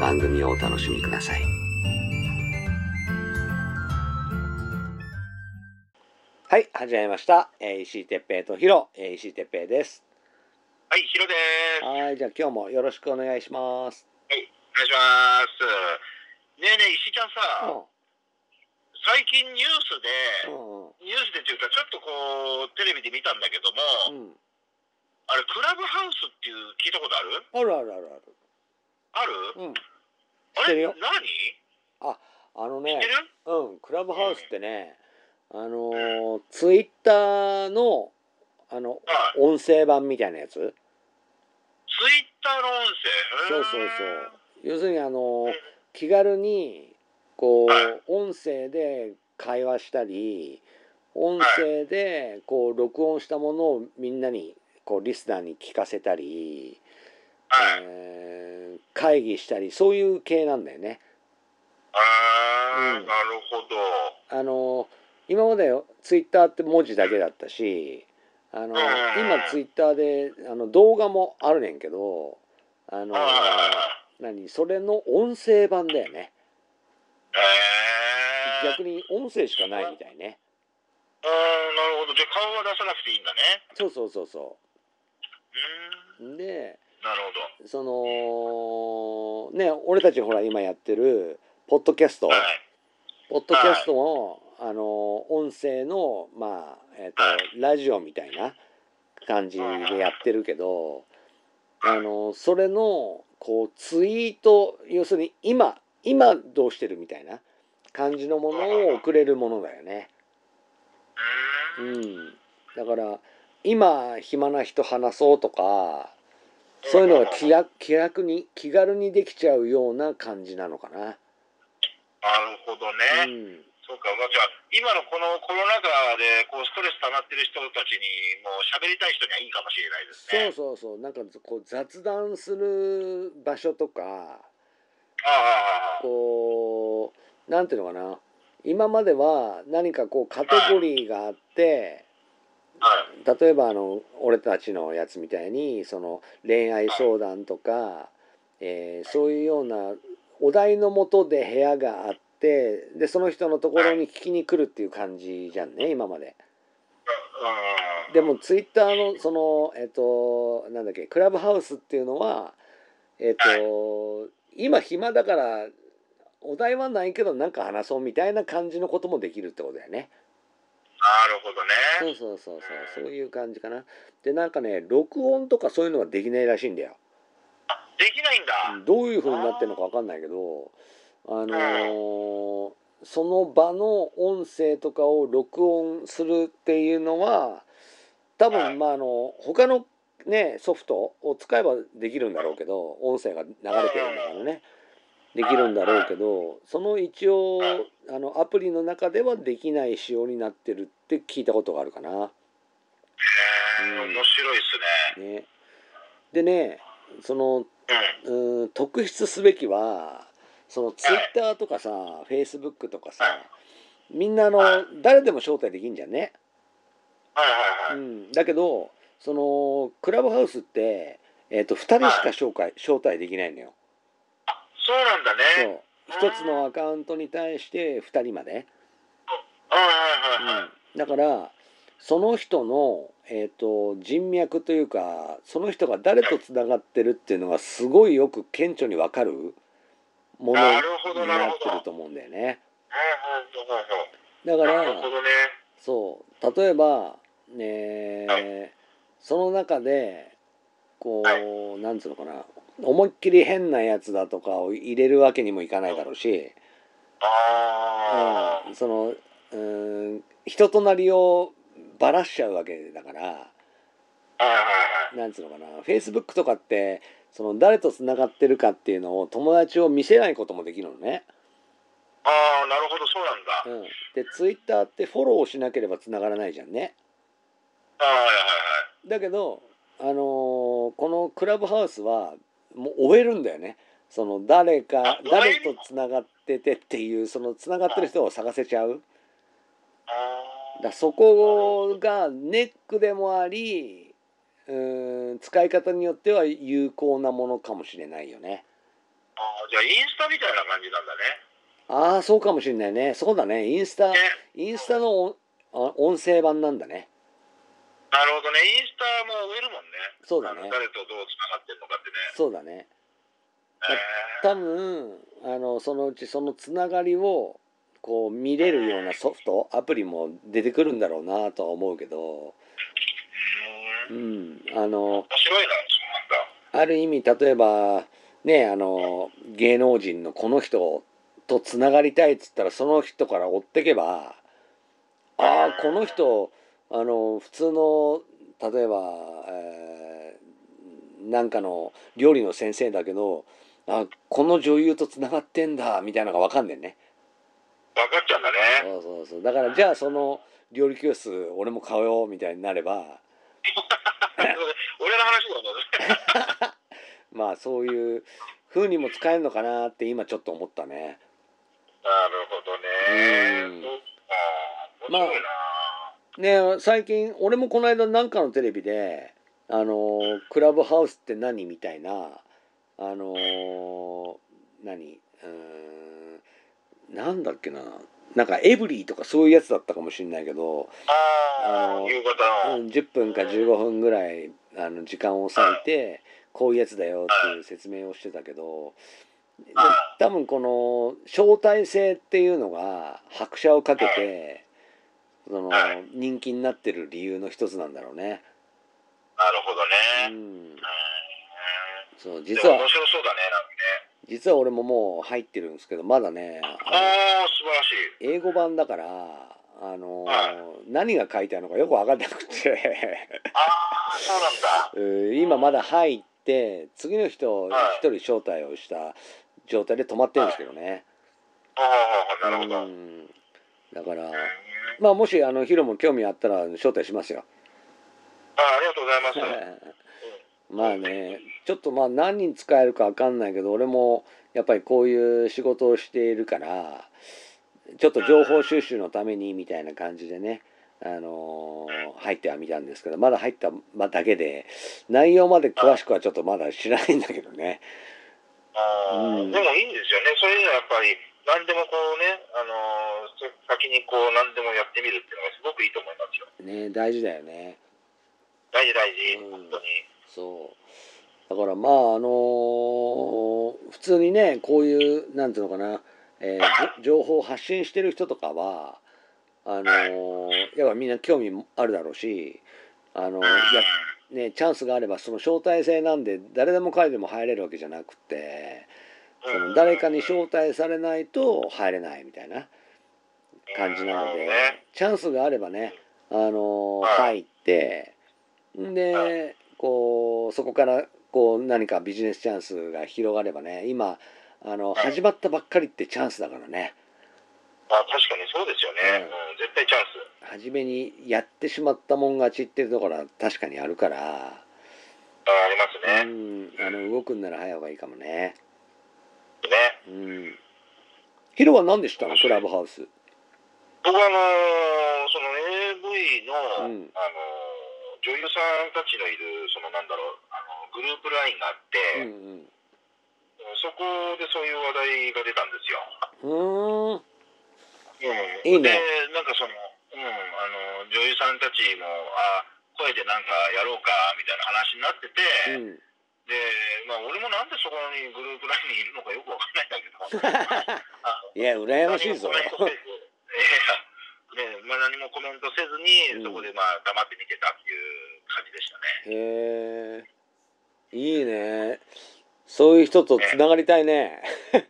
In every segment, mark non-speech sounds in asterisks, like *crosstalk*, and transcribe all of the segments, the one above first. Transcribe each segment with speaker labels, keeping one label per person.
Speaker 1: 番組をお楽しみください。はい、始めました。えー石井哲平とヒロ、えー石井哲平です。
Speaker 2: はい、ヒロです。お
Speaker 1: はい、じゃあ今日もよろしくお願いします。
Speaker 2: 願いします。ねえねえ、石井ちゃん
Speaker 1: う
Speaker 2: さ、
Speaker 1: ん、
Speaker 2: 最近ニュース
Speaker 1: うん、
Speaker 2: で、ニュースでっていうか、ちょっとこう、テレビで見たんだけど
Speaker 1: うん、
Speaker 2: も、あれ、クラブハウスっていう聞いたことある
Speaker 1: あるあるあるある。う
Speaker 2: ある
Speaker 1: ん、
Speaker 2: あ
Speaker 1: 知ってるよ
Speaker 2: れ何知
Speaker 1: あのね
Speaker 2: っ、てる
Speaker 1: うん、クラブハウスってね、あのー、ツイッターのあの
Speaker 2: は
Speaker 1: 音声版みたいなやつ。
Speaker 2: ツイッターの音
Speaker 1: そう
Speaker 2: 声。
Speaker 1: そうそう
Speaker 2: へー。
Speaker 1: 要するにあの
Speaker 2: うん
Speaker 1: 気軽にこう
Speaker 2: はい
Speaker 1: 音声で会話したり音声でこう録音したものをみんなにこうリスナーに聞かせたり、
Speaker 2: はい。
Speaker 1: えー会議したりそういう系なんだよね。う
Speaker 2: あ
Speaker 1: ん
Speaker 2: ー、なるほど。
Speaker 1: あの今までツイッターって文字だけだったしあの
Speaker 2: ん
Speaker 1: 今ツイッターであの動画もあるねんけどあの
Speaker 2: あ
Speaker 1: 何それの音声版だよね
Speaker 2: ー、へー。
Speaker 1: 逆に音声しかないみたいね。
Speaker 2: あー、なるほど。じゃあ、顔は出さなくていいんだね。
Speaker 1: そうそうそうそう
Speaker 2: ーん、
Speaker 1: うで
Speaker 2: なるほど。
Speaker 1: そのね俺たちほら今やってるポッドキャスト、
Speaker 2: はい。
Speaker 1: ポッドキャストの、あの音声のまあ、えっと
Speaker 2: は
Speaker 1: ラジオみたいな感じでやってるけど、あのそれのこうツイート要するに今今どうしてるみたいな感じのものを送れるものだよね。
Speaker 2: うーん
Speaker 1: うん、だから今暇な人話そうとかそういうのが気楽気楽に気軽にできちゃうような感じなのかな。
Speaker 2: なるほど
Speaker 1: う
Speaker 2: ね、
Speaker 1: ん、
Speaker 2: そうか、まあ、じゃあ、今のこのコロナ禍でこうストレス溜まってる人たちに、もう喋りたい人にはいいかもしれないです
Speaker 1: そう
Speaker 2: ね。
Speaker 1: そうそうなんかこう雑談する場所とか
Speaker 2: ああ、
Speaker 1: こうなんていうのかな今までは何かこうカテゴリーがあって
Speaker 2: はい、
Speaker 1: 例えばあの俺たちのやつみたいにその恋愛相談とか、えーそういうようなお題のもとで部屋があってでその人のところに聞きに来るっていう感じじゃんね今まで。
Speaker 2: うん、
Speaker 1: でもツイッターのそのえっとなんだっけクラブハウスっていうのはえっと今暇だからお題はないけどなんか話そうみたいな感じのこともできるってことだよね。
Speaker 2: なるほど
Speaker 1: そ
Speaker 2: ね。
Speaker 1: うそうそうそうそういう感じかな。でなんかね録音とかそういうのはできないらしいんだよ。
Speaker 2: できないんだ。
Speaker 1: どういう風になってるのかわかんないけどあのーその場の音声とかを録音するっていうのは多
Speaker 2: はい
Speaker 1: 分まああの他のねソフトを使えばできるんだろうけど音声が流れてるんだからねできるんだろうけどその一応あのアプリの中ではできない仕様になってるって聞いたことがあるかな。
Speaker 2: へえ
Speaker 1: うん
Speaker 2: 面白いっす
Speaker 1: ね、でねその
Speaker 2: ね。
Speaker 1: うーん特筆すべきはそのツイッターとかさフェイスブックとかさみんなあの
Speaker 2: はい
Speaker 1: 誰でも招待できんじゃんね、
Speaker 2: うん、はいは
Speaker 1: う
Speaker 2: いはい。
Speaker 1: ん、だけどそのクラブハウスって、えー、と2人しか紹介招待できないのよ
Speaker 2: そうなんだ
Speaker 1: そ
Speaker 2: ね。
Speaker 1: う1つのアカウントに対して2人まで、
Speaker 2: うん、はいはいはい。
Speaker 1: うん、だからその人の、えー、と人脈というかその人が誰とつながってるっていうのがすごいよく顕著にわかるものにな
Speaker 2: な
Speaker 1: って
Speaker 2: るほどなるほど
Speaker 1: ると思うんだよね
Speaker 2: う
Speaker 1: だか
Speaker 2: んうんうんうんなる
Speaker 1: ら
Speaker 2: ほどね。
Speaker 1: そう例えばね、
Speaker 2: は
Speaker 1: その中でこう、
Speaker 2: は
Speaker 1: なんつうのかな思いっきり変なやつだとかを入れるわけにもいかないだろうし、
Speaker 2: ああ
Speaker 1: うん、そのうーん人となりをばらしちゃうわけだから
Speaker 2: はいはい
Speaker 1: なんつうのかなフェイスブックとかってその誰とつながってるかっていうのを友達を見せないこともできるのね。
Speaker 2: はい。ああなるほどそうなんだ。
Speaker 1: うん、でツイッターってフォローしなければつながらないじゃんね。
Speaker 2: ああはいはい
Speaker 1: だけど、あのーこのクラブハウスはもう終えるんだよねその誰か
Speaker 2: あ終
Speaker 1: 誰
Speaker 2: える
Speaker 1: とつながっててっていうそのつながってる人を探せちゃう
Speaker 2: はい。ああ
Speaker 1: だそこがネックでもありうーん使い方によっては有効なものかもしれないよね
Speaker 2: あーじゃあインスタみたいな感じなんだね。
Speaker 1: ああそうかもしれないねそうだねインスタ
Speaker 2: ね
Speaker 1: インスタのおあ音声版なんだね
Speaker 2: なるほどねインスタも植えるもんね。
Speaker 1: そうだね
Speaker 2: あの誰とどうつながってるのかってね。
Speaker 1: そうだね
Speaker 2: え
Speaker 1: 多分あのそのうちそのつながりをこう見れるようなソフトアプリも出てくるんだろうなとは思うけど、う
Speaker 2: ーうん
Speaker 1: ん、あの
Speaker 2: 面白いなそうなんだ。
Speaker 1: ある意味例えばねあの芸能人のこの人とつながりたいっつったらその人から追ってけばああこの人あの普通の例えば、えーなんかの料理の先生だけどあこの女優とつながってんだみたいなのが分かんねんね
Speaker 2: 分かっちゃうんだね。
Speaker 1: そうそうそうだからじゃあその料理教室俺も買おうよみたいになれば
Speaker 2: *laughs* 俺の話だも
Speaker 1: *laughs*
Speaker 2: んね。
Speaker 1: まあそういう風にも使えるのかなって今ちょっと思ったね。
Speaker 2: なるほど
Speaker 1: うん
Speaker 2: ね。そっか面白いな。
Speaker 1: ね最近俺もこの間なんかのテレビで「あのークラブハウスって何?」みたいなあのー何うーんなんだっけななんかエブリーとかそういうやつだったかもしれないけど、あ
Speaker 2: ああ
Speaker 1: の
Speaker 2: 夕
Speaker 1: う
Speaker 2: 方の。
Speaker 1: ん、10分か15分ぐらいあの時間を割いてこういうやつだよっていう説明をしてたけどで多分この招待制っていうのが拍車をかけてその
Speaker 2: はい
Speaker 1: 人気になってる理由の一つなんだろうね。
Speaker 2: なるほど
Speaker 1: うん、
Speaker 2: ね。うん
Speaker 1: そう
Speaker 2: で
Speaker 1: 実
Speaker 2: も
Speaker 1: は
Speaker 2: 面白そうだねなんかね。
Speaker 1: 実は俺ももう入ってるんですけどまだねあ
Speaker 2: ああ素晴らしい。
Speaker 1: の英語版だから。あの
Speaker 2: は
Speaker 1: 何が書いてあるのかよく分かんなくて
Speaker 2: ああそうなんだ。
Speaker 1: うん今まだ入って次の人
Speaker 2: はい
Speaker 1: 一人招待をした状態で止まってるんですけどね、
Speaker 2: ああなるほど。
Speaker 1: う
Speaker 2: うん
Speaker 1: んだから
Speaker 2: あ
Speaker 1: まあもしあのヒロも興味あったら招待しますよ。
Speaker 2: ありがとうございます。
Speaker 1: *laughs* まあねちょっとまあ何人使えるかわかんないけど俺もやっぱりこういう仕事をしているからちょっと情報収集のためにみたいな感じでねあのー入ってはみたんですけどまだ入っただけで内容まで詳しくはちょっとまだ知らないんだけどね
Speaker 2: あー
Speaker 1: うん
Speaker 2: でもいいんですよね。それじゃやっぱり何でもこうねあのー先にこう何でもやってみるっていうのがすごくいいと思いますよ。
Speaker 1: ね大事だよね
Speaker 2: 大事大事
Speaker 1: うん
Speaker 2: 本当に。
Speaker 1: そうだからまああのー普通にねこういうなんていうのかな、えーじょ情報を発信してる人とかはあのーやっぱみんな興味もあるだろうしあの
Speaker 2: うん
Speaker 1: やね、チャンスがあればその招待制なんで誰でも彼でも入れるわけじゃなくてその誰かに招待されないと入れないみたいな感じなので、
Speaker 2: ね
Speaker 1: チャンスがあればね、あのー
Speaker 2: はい
Speaker 1: 入ってんでこうそこからこう何かビジネスチャンスが広がればね今あの
Speaker 2: はい
Speaker 1: 始まったばっかりってチャンスだからね
Speaker 2: まあ確かにそうですよね。
Speaker 1: うん
Speaker 2: うん絶対チャンス。
Speaker 1: 初めにやってしまったもん勝ちっていうところは確かにあるから、
Speaker 2: あーあります
Speaker 1: う
Speaker 2: ね。
Speaker 1: ん、あの動くんなら早い方がいいかもね。う
Speaker 2: ね。
Speaker 1: ん、ヒロは何でしたのクラブハウス。
Speaker 2: 僕はあのーその AV の、
Speaker 1: うん
Speaker 2: あのー女優さんたちのいるそのなんだろうあのグループラインがあって
Speaker 1: う、ん
Speaker 2: そこでそういう話題が出たん
Speaker 1: う
Speaker 2: ですよ。
Speaker 1: ん、うーん
Speaker 2: う
Speaker 1: いい
Speaker 2: ん、
Speaker 1: ね
Speaker 2: でなんかその、うん、あの女優さんたちもあ声でなんかやろうかみたいな
Speaker 1: う
Speaker 2: 話になってて、
Speaker 1: ん
Speaker 2: でまあ、俺もなんでそこにグループラインにいるのかよくわかんないんだけ
Speaker 1: い *laughs*
Speaker 2: ど。
Speaker 1: や、羨ましいぞ。
Speaker 2: 何もコメントせずいやいやねま
Speaker 1: *laughs*
Speaker 2: あ、何もコメントせずに、そこでまあ黙って見てたっていう感じでしたね。
Speaker 1: へえ、いいね。そういう人とつながりたいね。 *laughs*
Speaker 2: あ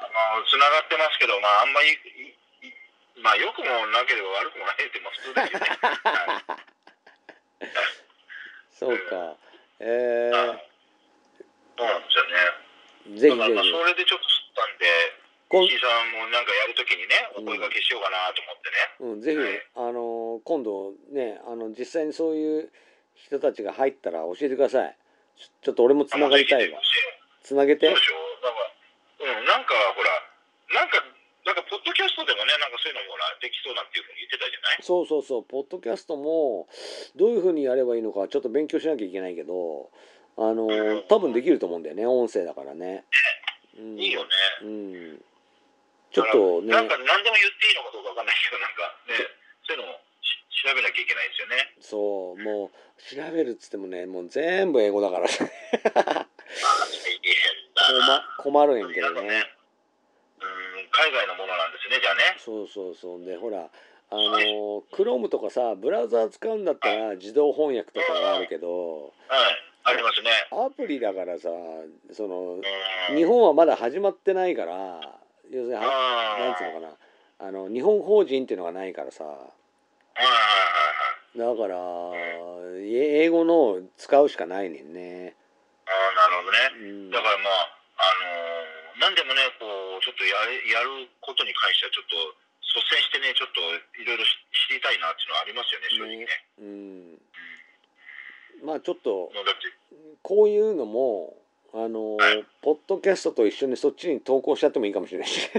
Speaker 2: まあ、つながってますけど、まあ、あんまり、いいまあ、良くもなければ悪くもないって、まあ、普通ですよね。はい
Speaker 1: そうか。え *laughs*
Speaker 2: そうなんですよね。
Speaker 1: ー、ぜひぜ
Speaker 2: だからまあ
Speaker 1: ひ。
Speaker 2: それでちょっと知ったんで、
Speaker 1: こん
Speaker 2: 石井さんもなんかやるときにね、お声掛けしようかなと思ってね。
Speaker 1: うん、ぜひ、あのー今度ね、あの、実際にそういう人たちが入ったら教えてください。ちょちょっと俺もつながりたいわ。
Speaker 2: そ
Speaker 1: つなげて
Speaker 2: うで。しょだから、うん、なんかほら、なんか、なんかポッドキャストでもね、なんかそういうのもほら、できそうなんていうふうに言ってたじゃない
Speaker 1: そうそうそう、ポッドキャストも、どういうふうにやればいいのか、ちょっと勉強しなきゃいけないけど、あのー多分できると思うんだよね、音声だからね。うん
Speaker 2: いいよね。
Speaker 1: うん。ちょっとね
Speaker 2: だ。からなんか何でも言っていいのかどうかわかんないけど、なんかね、そういうのもし調べなきゃいけないですよね。
Speaker 1: そうもう調べるっつってもねもう全部英語だからさ
Speaker 2: ああ、大変だな。
Speaker 1: 困困るんやけ
Speaker 2: なん
Speaker 1: ど
Speaker 2: か
Speaker 1: ね
Speaker 2: ね、うん、海外のものなんですね、じゃあね。
Speaker 1: そうそうそうでほらあの Chrome とかさブラウザー使うんだったら自動翻訳とかがあるけど
Speaker 2: はい、ありますね。
Speaker 1: アプリだからさその
Speaker 2: うん
Speaker 1: 日本はまだ始まってないから要するには
Speaker 2: な
Speaker 1: なんつうのかなあの日本法人っていうのがないからさ
Speaker 2: あ
Speaker 1: だからえ英語の使うしかないねんね。
Speaker 2: あ、なるほど
Speaker 1: う
Speaker 2: ね。
Speaker 1: ん
Speaker 2: だからまあ、あのー、何でもね、こう、ちょっとやれやることに関しては、ちょっと率先してね、ちょっといろいろ知りたいなっていうのはありますよね、正直ね。
Speaker 1: うん、まあちょっと
Speaker 2: もうだって、
Speaker 1: こういうのもあの
Speaker 2: はい
Speaker 1: ポッドキャストと一緒にそっちに投稿しちゃってもいいかもしれないし
Speaker 2: あ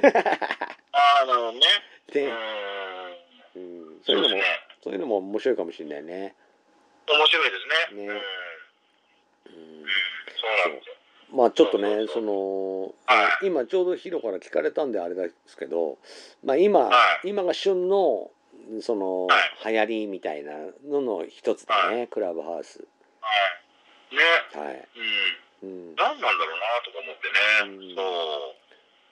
Speaker 2: あ、なるほどね。う
Speaker 1: で、
Speaker 2: ん。
Speaker 1: うん、そ
Speaker 2: そう
Speaker 1: いううの
Speaker 2: です
Speaker 1: も
Speaker 2: ね。
Speaker 1: そういうのも面白いかもしれないね、
Speaker 2: 面白いですね。
Speaker 1: ね
Speaker 2: うん。う
Speaker 1: う
Speaker 2: んそうなんですよ。
Speaker 1: ん、まあちょっと
Speaker 2: そう
Speaker 1: ね
Speaker 2: そうそ
Speaker 1: その
Speaker 2: は
Speaker 1: 今ちょうどヒロから聞かれたんであれですけど、まあ、今
Speaker 2: は
Speaker 1: 今が旬のその
Speaker 2: は
Speaker 1: 流行りみたいなのの一つだねクラブハウス
Speaker 2: はい。ね。
Speaker 1: はい、
Speaker 2: うん。
Speaker 1: うん
Speaker 2: 何なんだろうなとか思って
Speaker 1: う
Speaker 2: ね。
Speaker 1: ん
Speaker 2: そ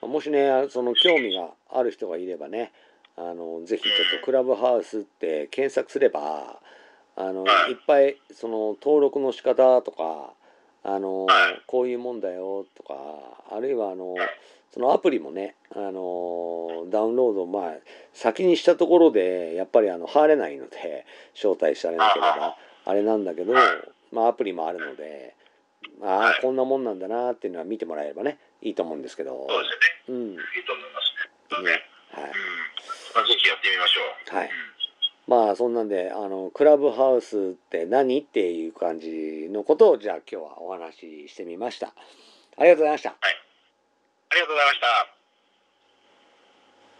Speaker 2: う。
Speaker 1: もしねその興味がある人がいればねあのぜひちょっと「クラブハウス」って検索すればあの
Speaker 2: はい
Speaker 1: いっぱいその登録の仕方とかあの
Speaker 2: はい
Speaker 1: こういうもんだよとかあるいはあのそのアプリもねあのダウンロードまあ先にしたところでやっぱりあの入れないので招待されなければあれなんだけど、まあ、アプリもあるので。ああこんなもんなんだなっていうのは見てもらえればねいいと思うんですけど。
Speaker 2: そうですよね。
Speaker 1: うん、はい
Speaker 2: いいと思いますね。そうね。うん。まあ、ぜひやってみましょう。
Speaker 1: はい
Speaker 2: うん
Speaker 1: まあそんなんであのクラブハウスって何っていう感じのことをじゃあ今日はお話ししてみましたありがとうございました
Speaker 2: ありがとうございました。